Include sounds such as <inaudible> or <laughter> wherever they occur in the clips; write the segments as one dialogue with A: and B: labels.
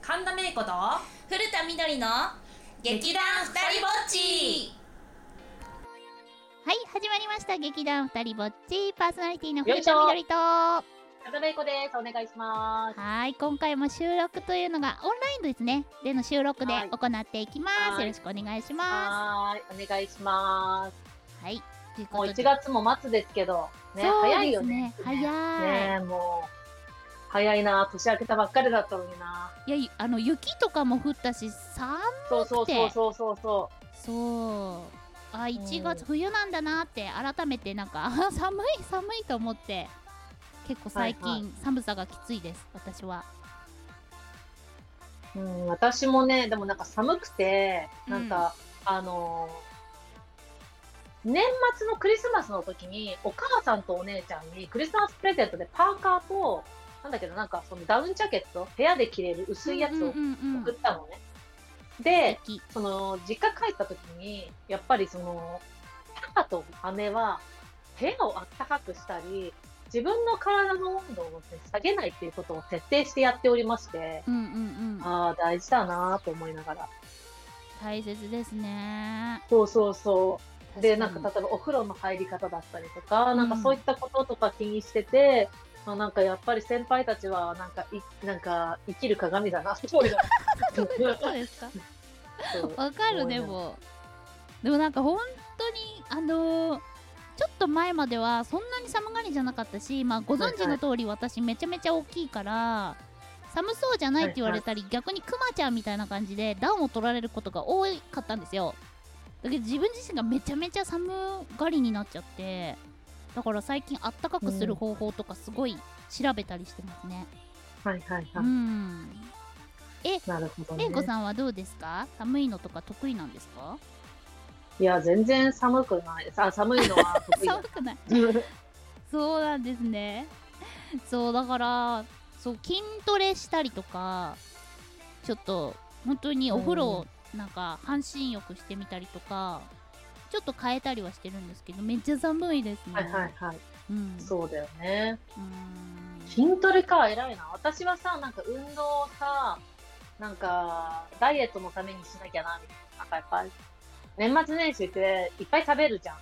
A: 神田芽子と
B: 古田みどりの劇団ふたりぼっち
C: はい、始まりました。劇団二人ぼっち、パーソナリティの
A: よい
C: 古
A: し
C: 田
A: ょ
C: みどりと。は
A: 神田芽子ですお願いします
C: ーい、今回も収録というのがオンラインですね。での収録で
A: はい
C: 行っていきます。
A: はい
C: よろしくお願いしま
A: はーいお願いします
C: す。はい、という
A: も
C: こ
A: う
C: とで。
A: 1月も末ですけどね
C: そう
A: 早い
C: で
A: よ
C: すね
A: ね。
C: 早い。
A: ねもう早いな年明けたばっかりだったのにない
C: やい、あの雪とかも降ったし、寒
A: そうそうそうそうそうそ
C: そう。あ、1月
A: うん
C: 冬なんだなって改めてなんかあ <laughs> 寒い寒いと思って。結構最
A: はい
C: 近寒さがきついです。私は。
A: う、うん、私もねでもなんか寒くてなんか、あのー年末のクリスマスの時にお母さんとお姉ちゃんにクリスマスプレゼントでパーカーとなんだけどなんかそのダウンジャケット部屋で着れる薄いやつ
C: うん
A: を
C: うんうんう
A: 送っ
C: ん。
A: たのね、で
C: 雪
A: その実家帰った時にやっぱりそのパパと姉は部屋をあったかくしたり自分の体の温度を下げないっていうことを徹底してやっておりまして
C: うんうんうん。
A: ああ大事だなと思いながら
C: 大切ですね。
A: そうそうそうでなん
C: 確
A: か
C: に
A: 例えばお風呂の入り方だったりとか、なんか
C: うん
A: そういったこととか気にしてて、まあ、なんかやっぱり先輩たちはなんかいなんか生きる鏡だなって思いなが
C: <laughs>
A: ら
C: そうです
A: <laughs>
C: か。
A: そう
C: わかるでも。でもなんか本当にあのーちょっと前まではそんなに寒がりじゃなかったし、まあご存知の通り私めちゃめちゃ大きいから。寒そうじゃないって言われたり、逆にクマちゃんみたいな感じで暖を取られることが多かったんですよだけど自分自身がめちゃめちゃ寒がりになっちゃってだから最近あったかくする方法とかすごい調べたりしてますね
A: はいはいはい、
C: うん
A: なるほど
C: め
A: ね
C: いこさんはどうですか寒いのとか得意なんですか
A: いや全然寒くないさ寒いのは得意だ
C: <laughs> 寒くないそうなんですねそうだからそう筋トレしたりとかちょっと本当にお風呂なんか半身浴してみたりとかちょっと変えたりはしてるんですけどめっちゃ寒いですね
A: はいはいはい、
C: うん
A: そうだよね。
C: うん
A: 筋トレか、偉いな。私はさ、なんか運動をさ、なんか、ダイエットのためにしなきゃな、みたいな。なんかやっぱり、年末年始っていっぱい食べるじゃん。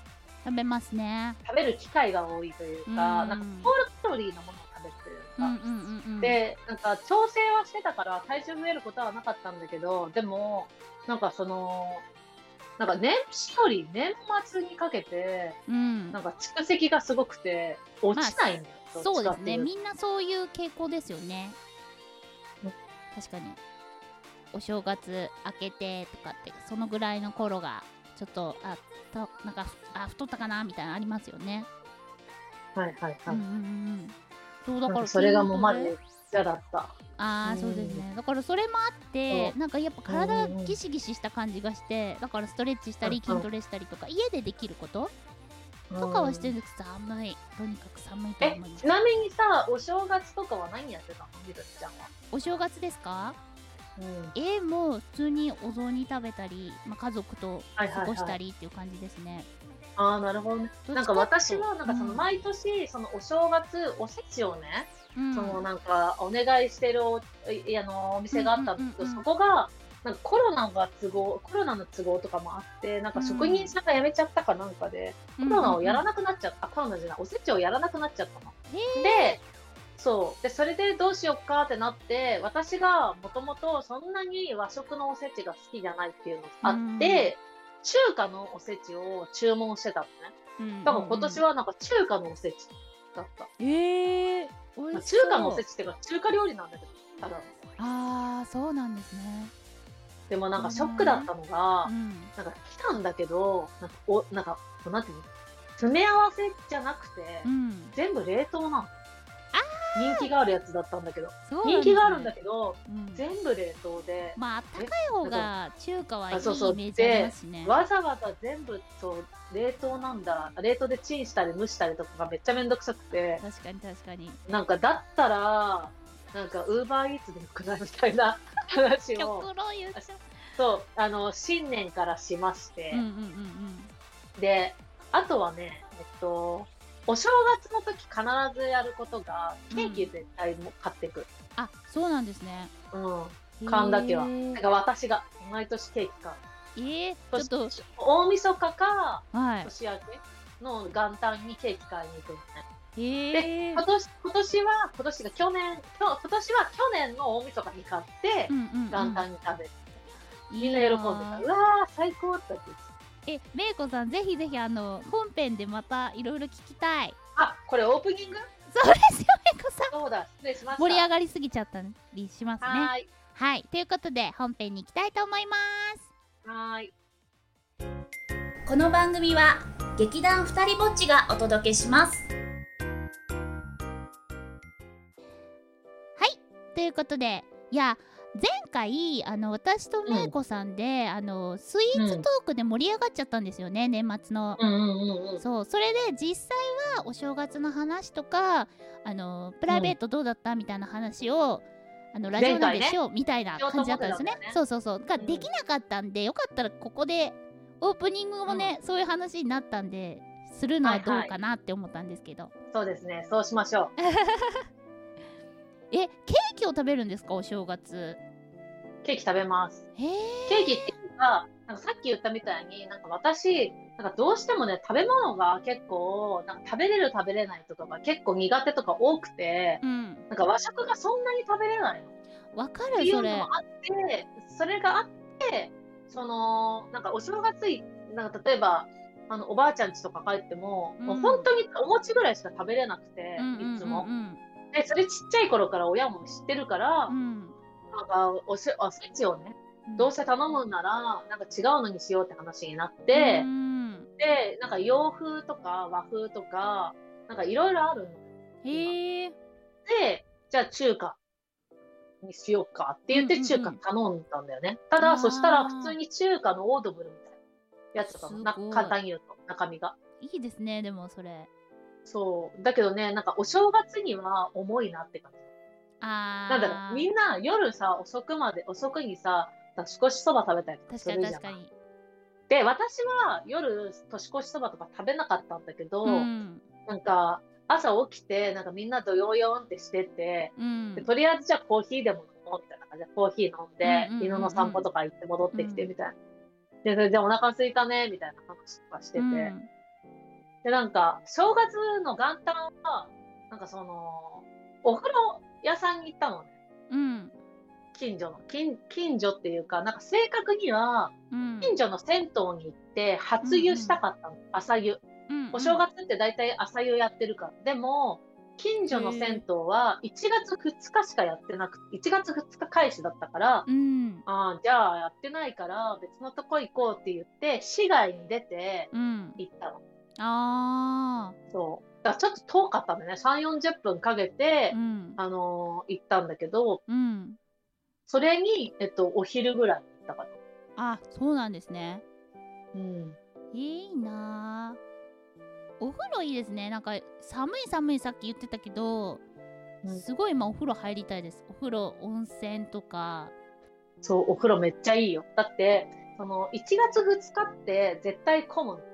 C: 食べますね
A: 食べる機会が多いというか、
C: うん
A: なんかトールカロリーのものを食べるという
C: うんう
A: か。
C: んうんうん
A: で、なんか調整はしてたから体重増えることはなかったんだけど、でも、なんかその、なんか年始より年末にかけて、
C: うん
A: なんか蓄積がすごくて、落ちないんだよ。
C: そうですね。
A: どっちかってい
C: みんなそういう傾向ですよね
A: うん。
C: 確かに。お正月明けてとかって、そのぐらいの頃が、ちょっと、あ、たなんか、あ、太ったかなみたいなのありますよね。
A: はいはいは
C: う
A: い。
C: んうんうん。そう
A: な
C: だか
A: ん
C: ら
A: かそれがもうま
C: 筋トレ
A: ず嫌だった。
C: ああ、
A: うん
C: そうですね。だからそれもあって、
A: そ
C: なんかやっぱ体
A: うんうん
C: ギシギシした感じがして、だからストレッチしたり
A: うんうん
C: 筋トレしたりとか、家でできることとかはしてるんですけど、寒い。とにかく寒いと
A: え
C: 思いま、す
A: ち。なみにさ、お正月とかは何やってたのみどりちゃんは。
C: お正月ですか
A: うん。
C: えーもう普通にお雑煮食べたり、まあ、家族と
A: はいはいは
C: 過
A: い
C: ごしたりっていう感じですね。
A: ああ、なるほどね。
C: どっちかっていうと
A: なんか私は、なんかその
C: うん
A: 毎年、そのお正月、おせちをね、
C: うん
A: そのなんかお願いしてるお、いあの、お店があったんだけど、
C: うんうんうんう
A: そ
C: ん
A: こが、なんかコロナが都合、コロナの都合とかもあって、なんか職人さんが辞めちゃったかなんかで、コロナをやら
C: な
A: なくなっちゃった、あコロナじゃない、おせちをやらなくなっちゃったの。
C: い、うんうん
A: で、そう。で、それでどうしよっかってなって、私がもともとそんなに和食のおせちが好きじゃないっていうのがあって、中華のおせちを注文してたのね。
C: へー
A: だから今年、はなんか中華のおせちだった。
C: うんうんえー、美
A: まあ
C: 味し
A: 中
C: そう
A: 華のおせちっていうか中華料理なんだけど、ただの。
C: ああ、そうなんですね。
A: でもなんかショックだったのが
C: う、ん、
A: なんか来たんだけど、なんか、お、なんか、こうなんていうの詰め合わせじゃなくて、
C: うん、
A: 全部冷凍なの。人気があるやつだったんだけど。
C: そう
A: 人気があるんだけど、
C: ど、うん
A: 全部冷凍で、
C: まあ、あったかい方が中華はいいイ
A: あそうそう
C: メージありますしね。
A: わざわざ全部そう冷凍なんだ冷凍でチンしたり蒸したりとかがめっちゃめんどくさくて
C: 確かに確かに。
A: なんかだったらなんかウーバーイーツでよくないみたいな <laughs> 話を
C: 極論言っちゃう。
A: そうあの新年からしまして
C: うん、うんうんうん。
A: であとはねえっとお正月の時必ずやることがケーキ絶対も買ってく
C: あ、そうなんですね。
A: うん、神田家は
C: え
A: なん
C: ー
A: か私が毎年ケーキか
C: えーちょっ
A: 大晦日か
C: とはい
A: 年明けの元旦にケーキ買いに行くみたいな
C: ええ
A: 今年今年は今年が去年今今年は去年の大晦日に買って
C: うんうんうん
A: 元旦に食べる、み
C: い
A: ん
C: い
A: な
C: な
A: 喜んでたうわー最高だって
C: えめいこさんぜひぜひあの本編でまたいろいろ聞きたい
A: あこれオープニング
C: そうですよめいこさん
A: そうだ失礼しました
C: <laughs> 盛り上がりすぎちゃったりしますね
A: はーい
C: はいということで本編に行きたいと思います
A: はーい
B: この番組は劇団ふたりぼっちがお届けします
C: ということでいや前回あの私とめいこさんで、あのスイーツトークで盛り上がっちゃったんですよね、年末の、
A: うんうんうんうん
C: そうそれで実際はお正月の話とかあのプライベートどうだったみたいな話を、あのラジオなんでしょうみたいな感じだったんですね
A: しようと思ってたんだよね
C: そうそうそうが、
A: うん
C: できなかったんでよかったらここでオープニングもね、そういう話になったんでするのはどうかなって思ったんですけど、
A: そうですねそうしましょう
C: えケーキを食べるんですかお正月
A: ケーキ食べます
C: へえ
A: ケーキっていうかなんかさっき言ったみたいになんか私なんかどうしてもね食べ物が結構なんか食べれる食べれないとかが結構苦手とか多くて
C: うん
A: なんか和食がそんなに食べれないの
C: わか
A: って
C: る
A: いう
C: そ
A: の
C: れ
A: もあってそれがあってそのなんかお正月いなんか例えばあのおばあちゃん家とか帰っても,、
C: うん
A: もう本当にお餅ぐらいしか食べれなくて、
C: うんうん
A: いつ
C: うん
A: もでそれちっちゃい頃から親も知ってるから、
C: うん
A: なんかおせおせちをね
C: うん
A: どうせ頼むんならなんか違うのにしようって話になっ
C: う
A: て、
C: ん
A: でなんか洋風とか和風とかなんかいろいろあるの
C: へえ
A: でじゃあ中華にしようかって言っ
C: うん
A: て
C: うんうん
A: 中華頼んだんだよね、た
C: あー
A: だそしたら普通に中華のオードブルみたいなやつとかもな
C: すごい
A: 簡単に言うと中身が
C: いいですねでもそれ
A: そうだけどねなんかお正月には重いなって感じ
C: あ
A: なん
C: ー
A: だろうみんな夜さ遅くまで遅くにさ年越しそば食べたりとか
C: 確
A: す
C: か
A: る
C: に
A: じゃ
C: 確
A: な
C: か
A: い
C: に
A: で私は夜年越しそばとか食べなかったんだけど、
C: うん
A: なんか朝起きてなんかみんなどよよんってしてて
C: うん
A: でとりあえずじゃあコーヒーでも飲もうみたいな感じでコーヒー飲んで、
C: うんうんうんうん
A: 犬の散歩とか行って戻ってきて
C: うん
A: みたいな。で、それでお腹空いたねみたいな話とかしてて、
C: うん
A: で、なんか、正月の元旦は、なんかその、お風呂屋さんに行ったのね。
C: うん
A: 近所の。近近所っていうか、なんか正確には、
C: うん
A: 近所の銭湯に行って、初湯したかったの。朝湯。
C: うん
A: お正月って大体朝湯やってるから。でも、近所の銭湯は1月2日しかやってなくて、1月2日開始だったから、
C: うん
A: ああ、じゃあやってないから別のとこ行こうって言って、市外に出て
C: うん
A: 行ったの。
C: あ
A: そう。だからちょっと遠かったんだよね。3、40分かけて
C: ーう、ん
A: あのー行ったんだけど、
C: うん
A: それに、えっと、お昼ぐらいに行ったかな。
C: あそうなんですね
A: うん。
C: いいなーお風呂いいですねなんか寒い寒いさっき言ってたけど
A: うん
C: すごい今お風呂入りたいですお風呂温泉とか
A: そう、お風呂めっちゃいいよ。だって、その、1月2日って絶対混むのね。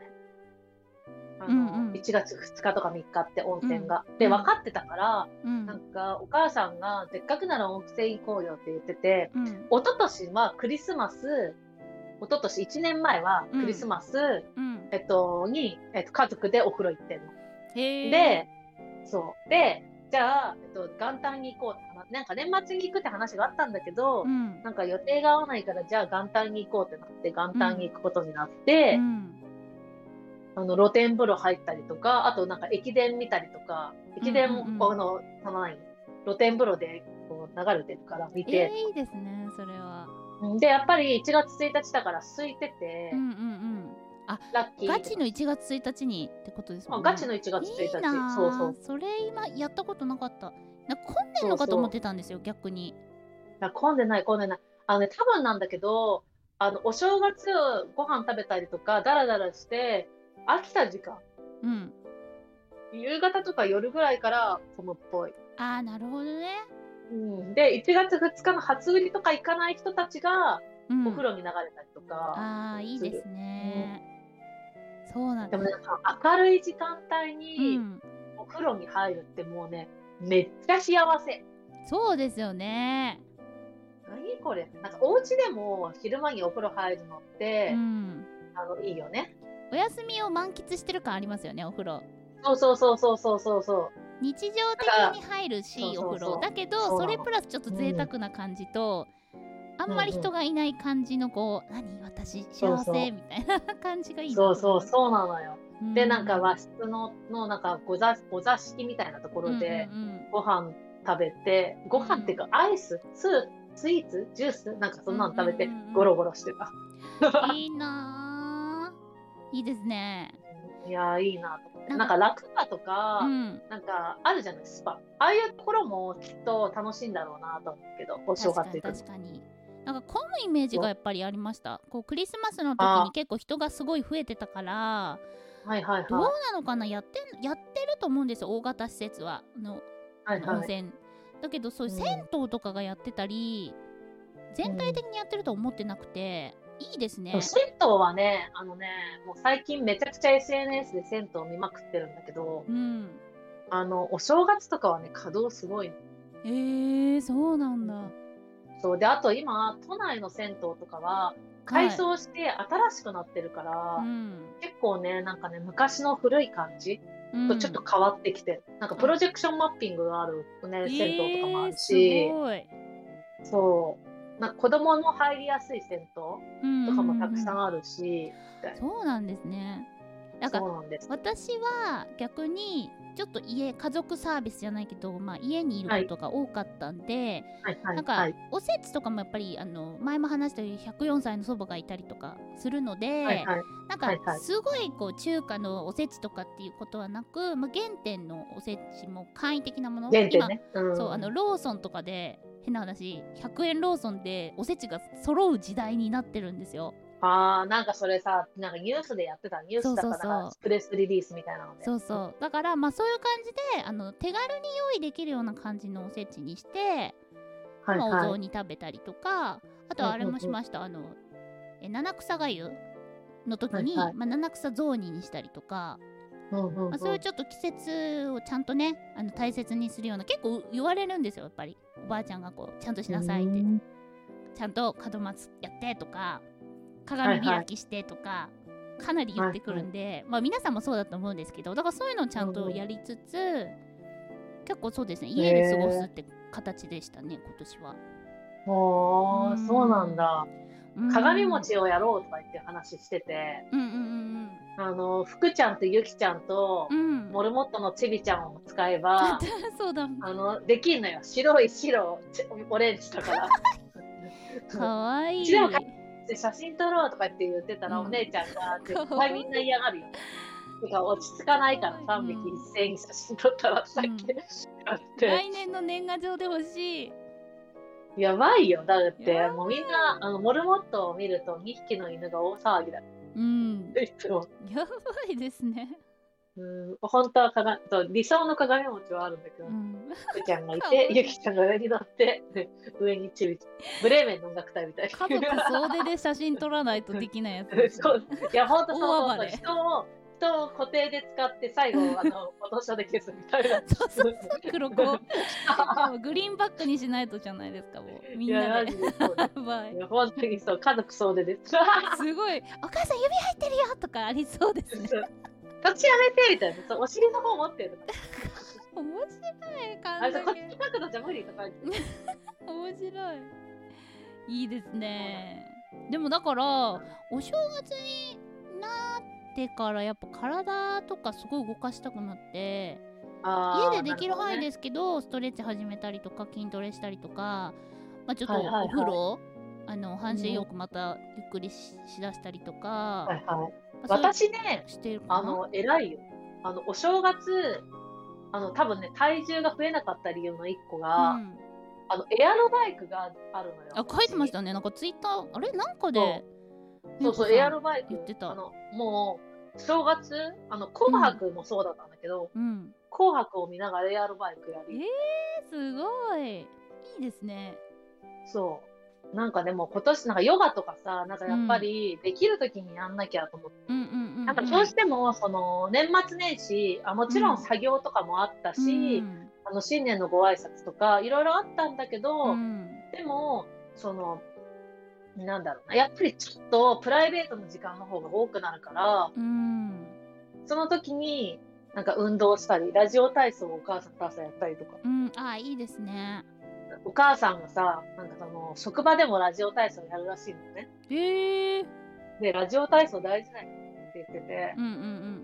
A: あの、
C: うんうん
A: 1月2日とか3日って温泉が。
C: ん
A: で、
C: うん
A: 分かってたから、
C: うん
A: なんか、お母さんが、せっかくなら温泉行こうよって言ってて、
C: うん
A: 一昨年はクリスマス、一昨年1年前はクリスマス、
C: うん
A: えっと、に、えっと、家族でお風呂行ってんの。
C: へー
A: で、そう。で、じゃあ、えっと、元旦に行こうって話、なんか年末に行くって話があったんだけど、
C: うん
A: なんか予定が合わないから、じゃあ元旦に行こうってなって、元旦に行くことになって、
C: うん
A: あの、露天風呂入ったりとか、あとなんか駅伝見たりとか、駅伝も、
C: うんうんうん
A: この、たまに露天風呂でこう流れてるから見
C: え
A: て、
C: ー、いいですねそれは、
A: で、やっぱり1月1日だから空いてて、
C: うんうん
A: ラッ
C: う
A: キ
C: ん
A: ー。
C: ガチの1月1日にってことですも
A: ま
C: ん
A: あ、
C: ね
A: ガチの1月1日。
C: いいなあ
A: そうそう。
C: それ今やったことなかったなんか混んでるのかと思ってたんですよ逆に
A: いや混んでない、混んでない。あのね、多分なんだけど、あの、お正月ご飯食べたりとか、だらだらして、飽きた時間、
C: うん
A: 夕方とか夜ぐらいから混むっぽい。
C: ああなるほどね、
A: うん、で、1月2日の初売りとか行かない人たちが、
C: うん、
A: お風呂に流れたりとか、
C: ああいいですね、そうなん
A: で
C: だ
A: もね、明るい時間帯に
C: うん、
A: お風呂に入るってもうね、めっちゃ幸せ。
C: そうですよね
A: 何これなんかお家でも昼間にお風呂入るのって
C: う、ん、
A: あのいいよね
C: お休みを満喫してる感ありますよねお風呂
A: そうそうそうそうそうそうそ
C: 日常的に入るし
A: だから
C: お
A: そうそ
C: 風
A: うそ
C: 呂
A: う
C: だ
A: そ
C: け
A: うな
C: ど
A: の
C: それプラスちょっと贅沢な感じと、あんまり人がいない感じのこう何私幸
A: そうそ
C: せ
A: う
C: みたいな感じがいいうな
A: そうそうそうなのよ、
C: うん
A: でなんか和室ののなんかご座ご座敷みたいなところで
C: うんうん
A: ご飯食べて、ご飯っていうかアイスススイーツジュースなんかそんなの食べて
C: うんうんうんうん
A: ゴロゴロしてた、
C: うんいいなぁいいですね
A: いやーいいなと思って
C: な
A: なんん
C: か
A: か楽だとか、
C: うん
A: なんかあるじゃないスパああいうところもきっと楽しいんだろうなと思うけどお正
C: 確か
A: 月行くの
C: に確かになんか混むイメージがやっぱりありましたこうクリスマスの時
A: あ
C: に結構人がすごい増えてたから
A: はいはい
C: どう
A: は
C: なのかなやってんやってると思うんですよ大型施設はあの
A: いはい
C: 温
A: はい
C: 泉、だけどそういう
A: うん
C: 銭湯とかがやってたり、全体的にやってると思ってなくて、いいですね
A: でも銭湯はねあのねもう最近めちゃくちゃ SNS で銭湯見まくってるんだけど
C: うん
A: あのお正月とかはね稼働すごいの
C: えー、そうなんだ
A: そうであと今都内の銭湯とかは改装して新しくなってるから、
C: うん、
A: 結構ねなんかね昔の古い感じ
C: うん
A: とちょっと変わってきて、なんかプロジェクションマッピングがある、ね、銭湯とかもあるし、
C: えーすごい
A: そう。なんか子供の入りやすい銭湯と
C: と
A: かもたくさ
C: ん
A: んあるし、
C: そうなんですねなんか
A: そうなんです。
C: 私は逆にちょっと家家族サービスじゃないけど、まあ、家にいることが多かったんで、
A: はいはい
C: なん
A: は
C: か
A: い。
C: おせちとかもやっぱりあの前も話したように104歳の祖母がいたりとかするので、
A: はいはい。
C: なん
A: はいは
C: か
A: い
C: すごいこう中華のおせちとかっていうことはなく、まあ、原点のおせちも簡易的なもの
A: 原点ね。う
C: 今
A: ん。
C: そうあのローソンとかで変な話100円ローソンでおせちが揃う時代になってるんですよ。
A: あーなんかそれさ、なんかニュースでやってたニュースだ
C: そう
A: か
C: そうそう
A: ら、プレスリリースみたいなので。
C: そうそうだからまあそういう感じであの手軽に用意できるような感じのおせちにして、
A: はい
C: まあ、お
A: は
C: 雑
A: い。
C: 煮食べたりとかあとはあれもしましたあのえ七草がゆの時に、
A: はいはい
C: まあ、七草雑煮にしたりとか、
A: うんうんうん
C: まあ、そういうちょっと季節をちゃんとねあの大切にするような結構言われるんですよやっぱりおばあちゃんがこうちゃんとしなさいって
A: うん
C: ちゃんと門松やってとか鏡開きしてとか、かなり言ってくるんで、まあ皆さんもそうだと思うんですけどだからそういうのをちゃんとやりつつ、結構そうですね家で過ごすって形でしたね今年は。
A: お
C: う
A: ー
C: ん
A: そうなんだ。
C: うん
A: 鏡餅をやろうとか言って話してて、
C: うんうん
A: あの、福ちゃんとゆきちゃんと
C: うんう、んうん
A: モルモットのちびちゃんを使えば、
C: <laughs> そうだ
A: あの、できんのよ。白い白、ちオレンジだから。
C: かわいい。
A: うちでも買 <laughs> で写真撮ろうとかって言ってたら、
C: うん
A: お姉ちゃんが絶
C: かわいい
A: 対みんな嫌がるよ。とか落ち着かないから3匹
C: うん
A: 一斉に写真撮ったらさっ
C: うん
A: き言われて、
C: 来年の年賀状で欲しい。
A: やばいよだって
C: やばい
A: もうみんなあのモルモットを見ると2匹の犬が大騒ぎだっ
C: うん。
A: ていつも
C: やばいですね。
A: うん本当はかがそう理想の鏡餅はあるんだけど、
C: う
A: ゆ
C: ん。
A: きちゃんがい
C: かわい
A: て
C: い
A: ゆきちゃんが上に乗って <laughs> で上にちびちブレーメンの音楽隊みたいな
C: 家族総出で写真撮らないとできないやつです
A: <laughs>
C: ね。
A: そういや本当そう
C: 大
A: そ
C: 暴
A: う
C: れ
A: そう人を人を固定で使って最
C: <laughs>
A: 後あの落としで消すみたいな。
C: そうそうそう黒子もうグリーンバックにしないとじゃないですかもうみ
A: い
C: ん
A: や
C: な
A: マ
C: で
A: ジでそうだ
C: やばい
A: いや本当にそう家族総出です。 <laughs>
C: すごい「お母さん指入ってるよ!」とかありそうですね
A: 立ち上げてみたいなそうお尻の方持
C: <laughs>
A: ってるとか
C: 面白い
A: あ
C: 感
A: れ
C: じ
A: こっちの角度じゃ無理とか言って
C: 面白いいいですねでもだからお正月になってからやっぱ体とかすごい動かしたくなって
A: あー
C: 家でできる範囲
A: な
C: ですけどストレッチ始めたりとか筋トレしたりとか、まあ、ちょっと
A: はいはいはい
C: お風呂、あの半身浴またゆっくりししだしたりとか、
A: ほどねはいはい
C: まあそう
A: 私
C: いう
A: ね
C: してるかな
A: あの偉いよあのお正月あの多分ね体重が増えなかった理由の一個が、
C: うん
A: あのエアロバイクがあるのよ
C: あ書いてましたねなんかツイッターあれなんか
A: そ
C: で
A: うそう、
C: なんかさ
A: エアロバイク。
C: 言ってた
A: あの、もう、正月、あの、紅白もそうだったんだけど、
C: うん
A: 紅白を見ながらエアロバイクやり、
C: えすごいいいですね
A: そう。なんかでも今年、なんかヨガとかさ、なんかやっぱり、できる時にやんなきゃと思って。
C: うんうんうん、うん、
A: なんかどうしても、その、年末年始、あもちろん作業とかもあったし、
C: うん
A: あの、新年のご挨拶とか、いろいろあったんだけど、
C: うん
A: でも、その、なんだろうな、やっぱりちょっとプライベートの時間の方が多くなるから、
C: うん
A: その時に、なんか運動したり、ラジオ体操をお母さんと朝やったりとか、
C: うんあいいですね
A: お母さんがさ、なんかその、職場でもラジオ体操やるらしいのね。
C: へえ
A: で、ラジオ体操大事なんよって言ってて
C: う、んうんうん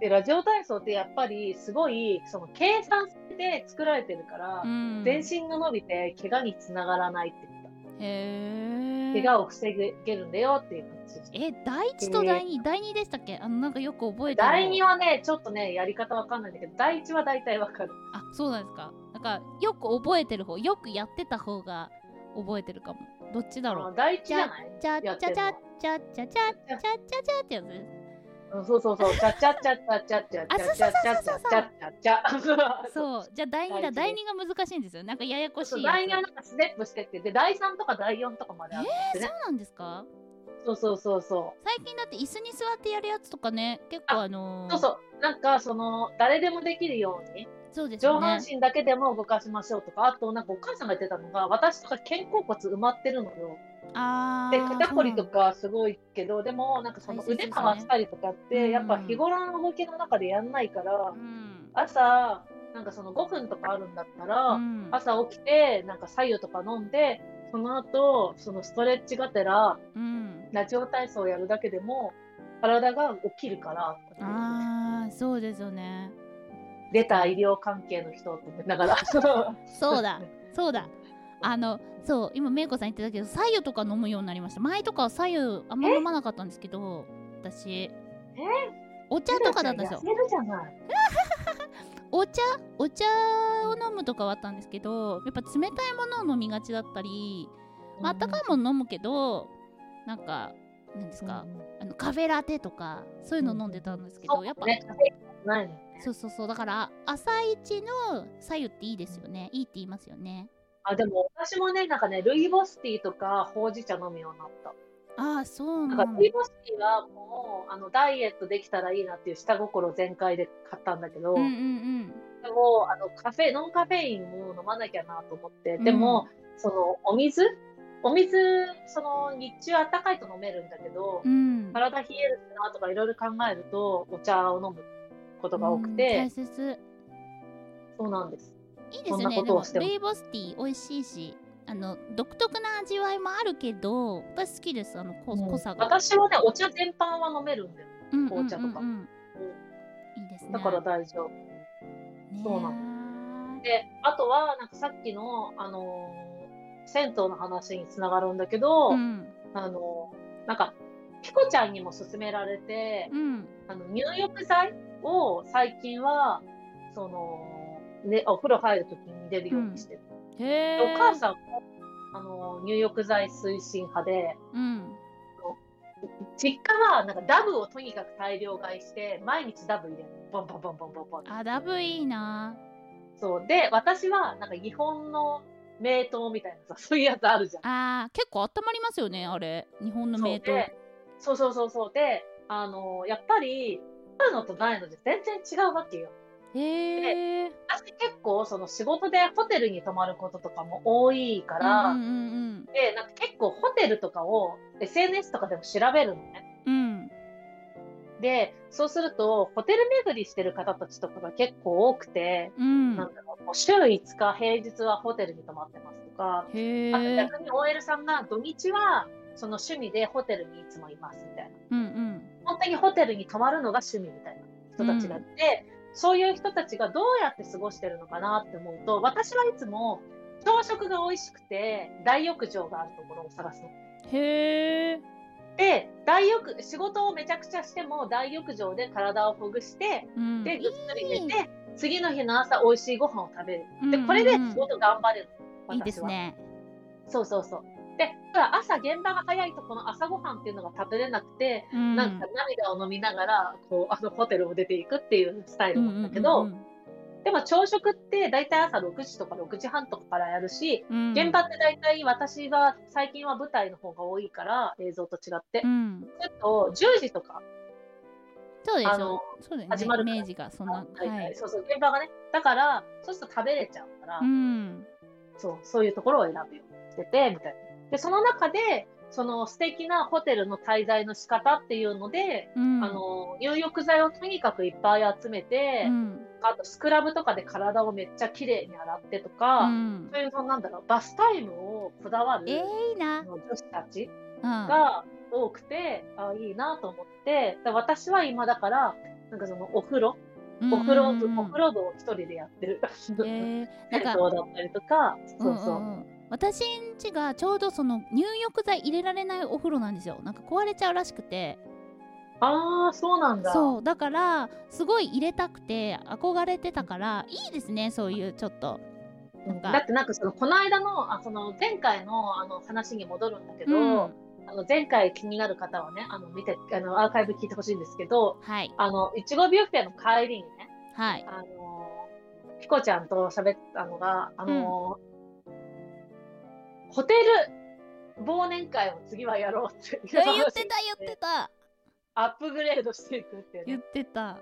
A: で、ラジオ体操ってやっぱりすごい、その、計算して作られてるから
C: う、んうん
A: 全身が伸びて怪我につながらないって言った。
C: へえ
A: 怪我を防げるんだよっていう話をして
C: え第一と第二、第二でしたっけあのなんかよく覚えてる
A: 第2はね、ちょっとね、やり方わかんないんだけど、第1は大体わかる。
C: あそうなんですかなんかよく覚えてる方よくやってた方が覚えてるかもどっちだろ
A: あ
C: う
A: 第1じゃない
C: チャチ
A: や
C: ャ
A: って
C: チ
A: る
C: ャ
A: のは
C: チャチャチャチャチャチャってやつ
A: うんそうそうそう、ちゃちゃちゃちゃちゃちゃちゃ
C: あ
A: ちゃちゃちゃちゃちゃちゃちゃ。
C: そうじゃあ第二だ
A: 第
C: 第
A: 一
C: 二が難しいんですよなんかややこし
A: そう
C: いやつ
A: 第2はなんかステップしてって、で、第3とか第4とかまであるんですね
C: そ。うなんですか
A: そうそうそうそ
C: 最近だって椅子に座ってやるやつとかね結構
A: あ
C: あ
A: う。
C: のー
A: そうそう、なんかその、誰でもできるように、
C: そうです
A: 上
C: よ
A: 半
C: ね
A: 身だけでも動かしましょうとか、あとなんかお母さんが言ってたのが、私とか肩甲骨埋まってるのよ。
C: あ
A: で、
C: ー
A: 肩こりとかすごいけど、でもなんかその
C: 大切で
A: 腕
C: すね
A: 回したりとかっ
C: う
A: て、
C: ん
A: やっぱ日頃の動きの中でやんないから
C: う、ん
A: 朝、なんかその5分とかあるんだったら、
C: うん
A: 朝起きて、なんか白湯とか飲んで、その後、そのストレッチがてら、
C: うん
A: ラジオ体操をやるだけでも、体が起きるから、
C: あーそうですよね
A: 出た医療関係の人と思いながら、
C: <laughs> そう
A: <laughs>
C: だそうだあのそう今めいこさん言ってたけど左右とか飲むようになりました前とかは左右あんま飲まなかったんですけど私お茶とかだったんですよ
A: 痩せるじゃない。
C: お茶お茶を飲むとかはあったんですけどやっぱ冷たいものを飲みがちだったり、まああったかいもの飲むけどなんかなんですか、あのカフェラテとかそういうの飲んでたんですけど、
A: そう
C: やっぱ、
A: ね、カフェインないのね。
C: そうそうそうだから朝一の左右っていいですよねいいって言いますよね
A: あ、でも私もね、なんかね、ルイボスティーとかほうじ茶飲むようになった。
C: ああそう
A: なん
C: な
A: か
C: んだ
A: ルイボスティーはもうあのダイエットできたらいいなっていう下心全開で買ったんだけど、
C: うんうんうん
A: でもあのカフェノンカフェインも飲まなきゃなと思って、
C: うん
A: でもそのお水お水その日中あったかいと飲めるんだけど、
C: うん
A: 体冷えるなとかいろいろ考えるとお茶を飲むことが多く
C: うん
A: て
C: 大、切
A: そうなんです。
C: いいです
A: そん
C: よ
A: な
C: ね
A: こ
C: で
A: とを
C: も
A: しても
C: ルイボスティー美味しいしあの独特な味わいもあるけど私好きですあの濃,、
A: うん
C: 濃さが
A: 私はねお茶全般は飲めるんだよ。
C: 紅
A: 茶とか
C: いいですね
A: だから大丈夫。
C: ね
A: そうなで、あとは、なんかさっきの、あのー銭湯の話につながるんだけど、
C: うん
A: あのーなんか、ピコちゃんにも勧められて、
C: うん
A: あの、入浴剤を最近は、その、ね、お風呂入るときに入れるようにしてる。
C: へ
A: で
C: え
A: お母さんも、あのー入浴剤推進派で、
C: うん
A: 実家は、なんかダブをとにかく大量買いして、毎日ダブ入れる。ボンボンボンボンボンボン。
C: あダブいいな
A: そう。で、私は、なんか日本の名湯みたいなさ、そういうやつあるじゃん。
C: あー結構温まりますよねあれ日本の
A: そう
C: 名湯
A: でそうそうそうそうであのやっぱりあるのとないので全然違うわけよ
C: へえ
A: 私結構その仕事でホテルに泊まることとかも多いか
C: う
A: ら、
C: んうん
A: でなんか結構ホテルとかを SNS とかでも調べるのね
C: うんうん
A: でそうするとホテル巡りしてる方たちとかが結構多くて、
C: うん
A: なんだろうもう週5日平日はホテルに泊まってますとか、
C: へ
A: あと
C: え
A: 逆に OL さんが土日はその趣味でホテルにいつもいますみたいな。
C: うんうん
A: 本当にホテルに泊まるのが趣味みたいな人たちがいて、そういう人たちがどうやって過ごしてるのかなって思うと私はいつも朝食が美味しくて大浴場があるところを探すの。
C: へえ
A: で大浴仕事をめちゃくちゃしても大浴場で体をほぐして
C: うん
A: でぐっすり寝て次の日の朝美味しいご飯を食べる。で
C: うん
A: これで
C: うんうん
A: 仕事頑張れる。
C: いいです
A: 私は
C: ね
A: そうそうそう。でただ朝現場が早いとこの朝ごはんっていうのが食べれなくて、
C: うん
A: なんか涙を飲みながら、こう、あのホテルを出ていくっていうスタイルなんだけど、
C: うん
A: でも朝食って大体朝6時とか6時半とかからやるし、
C: うんうん
A: 現場って大体私が最近は舞台の方が多いから、映像と違って
C: う、ん
A: ちょっと10時とか、
C: そうです
A: あの
C: よそうだよね
A: 始まる
C: イ
A: から
C: メージがそんな
A: 大
C: は
A: 体
C: い
A: そうそう、現場がね。だから、そうすると食べれちゃうから、
C: うん
A: そう、そういうところを選ぶよ。来てて、みたいな。で、その中で、その素敵なホテルの滞在の仕方っていうので、
C: うん、
A: あの、入浴剤をとにかくいっぱい集めて、
C: うん、
A: あとスクラブとかで体をめっちゃ綺麗に洗ってと
C: う
A: か、
C: ん、
A: そういうのなんだろう、バスタイムをこだわる、
C: えー、いいな
A: あ、の女子たち
C: う
A: が多くて、あいいなと思って、だ私は今だから、なんかそのお風呂、
C: ん、
A: お風呂部、
C: うん
A: お風呂部を一人でやってる。<laughs>
C: えー、なん
A: 銭湯だ
C: か
A: ったりとか、そうそう。
C: んんん私んちがちょうどその入浴剤入れられないお風呂なんですよなんか壊れちゃうらしくて
A: ああ、そうなんだ。
C: そうだからすごい入れたくて憧れてたからいいですねそういうちょっと
A: うん
C: か
A: だってなんかその、この間の、あその前回のあの話に戻るんだけど、
C: うん
A: あの前回気になる方はね、あの見て、あのアーカイブ聞いてほしいんですけど、
C: はい
A: あの、いちごビュッフェの帰りにね、
C: はい
A: あのーピコちゃんと喋ったのが、あのーホテル忘年会を次はやろうって
C: え言ってた言ってた
A: アップグレードしていくっていうね、
C: 言ってた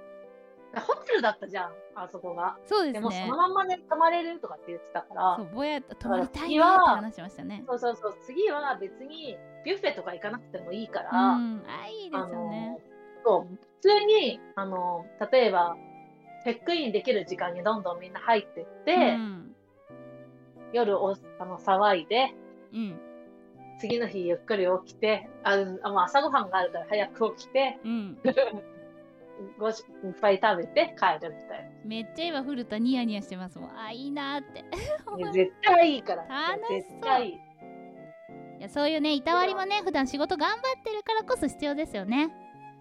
A: ホテルだったじゃん、あそこが。
C: そうで
A: ですもそ
C: ね
A: のまんまで泊まれるとかって言ってたか
C: そ
A: ら、
C: うぼやっと泊まりたい
A: 次
C: ねって
A: は
C: 話しましたね
A: そうそうそう、次は別にビュッフェとか行かなくてもいいから、
C: うんあいいで
A: あ
C: すよね
A: のーそう普通に、あのー例えば、チェックインできる時間にどんどんみんな入ってって、
C: うん
A: 夜おあの騒いで、
C: うん
A: 次の日ゆっくり起きて、ああまあ朝ごはんがあるから早く起きて、
C: うん
A: ごじいっぱい食べて帰るみたい
C: めっちゃ今古田ニヤニヤしてますもんあいいなー
A: <laughs>
C: って
A: な。いや絶対いいから。
C: 楽しそう
A: 絶対いい。
C: いやそういうねいたわりもね普段仕事頑張ってるからこそ必要ですよね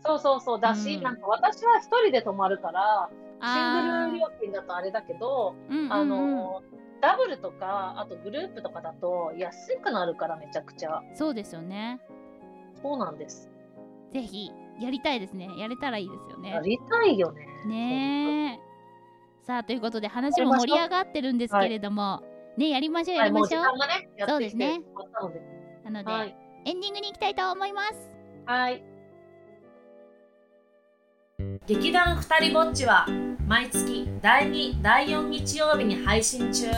A: そうそうそう。だし、
C: うん
A: なんか私は一人で泊まるから、シン
C: あー
A: グル料金だとあれだけど、
C: うんうんうん
A: あの、ダブルとか、あとグループとかだと安くなるからめちゃくちゃ。
C: そうですよね
A: そうなんです。
C: ぜひやりたいですねやれたらいいですよ
A: や
C: ね
A: りたいよね。
C: ねえさあということで話も盛り上がってるんですけれども、ねやりましょうや
A: はい、
C: り
A: も
C: ま
A: う時
C: しょう、
A: 間がね、やってきて
C: そうですね
A: 終わったので。
C: なので、
A: はい。
C: エンディングに行きたいと思います
A: はい。
B: 劇団ふたりぼっちは毎月第2第4日曜日に配信中
C: は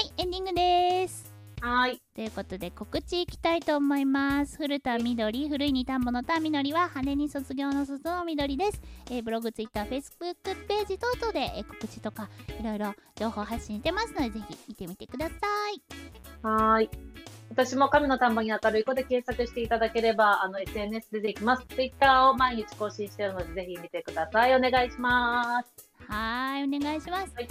C: いエンディングです
A: はい。
C: ということで告知いきたいと思います古田みどり古いに田んぼの田みどりは羽に卒業の卒のみどりです、えーブログツイッターフェイスブックページ等々で、えー告知とかいろいろ情報発信してますのでぜひ見てみてください
A: はーい。私も神の田んぼに明るい子で検索していただければ、あの、SNS 出てきます。Twitter を毎日更新してるので、ぜひ見てください。お願いします。
C: はーいお願いします、
A: はい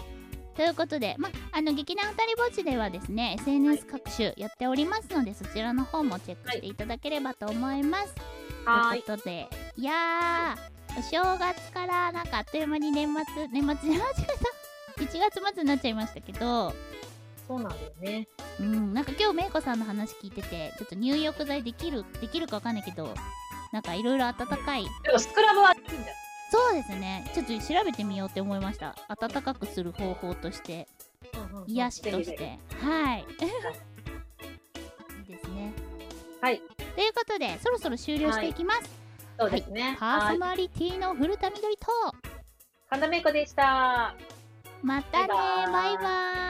C: ということで、ま、あの劇団ふたりぼっちではですね SNS 各種やっておりますので、そちらの方もチェックしていただければと思います、
A: はーい。
C: ということでいやーお正月からなんかあっという間に年末年末 <laughs> じゃ間違えた1月末になっちゃいましたけど、
A: そうなんだよね。
C: うん、なんか今日めいこさんの話聞いててちょっと入浴剤できるできるかわかんないけどなんかいろいろ温かい
A: でも、スクラブはいいんだよ。
C: そうですねちょっと調べてみようって思いました温かくする方法として
A: うんうん
C: 癒しとし
A: ぜひぜ
C: てはいいいですね
A: はい
C: ということでそろそろ終了していきます、
A: ひそうですね。
C: パー
A: は
C: ソ
A: い。
C: ナリティの古田みどりと
A: 神田芽衣子でした。
C: またね
A: バイバ
C: バ
A: ー
C: イ
A: イ
C: バイ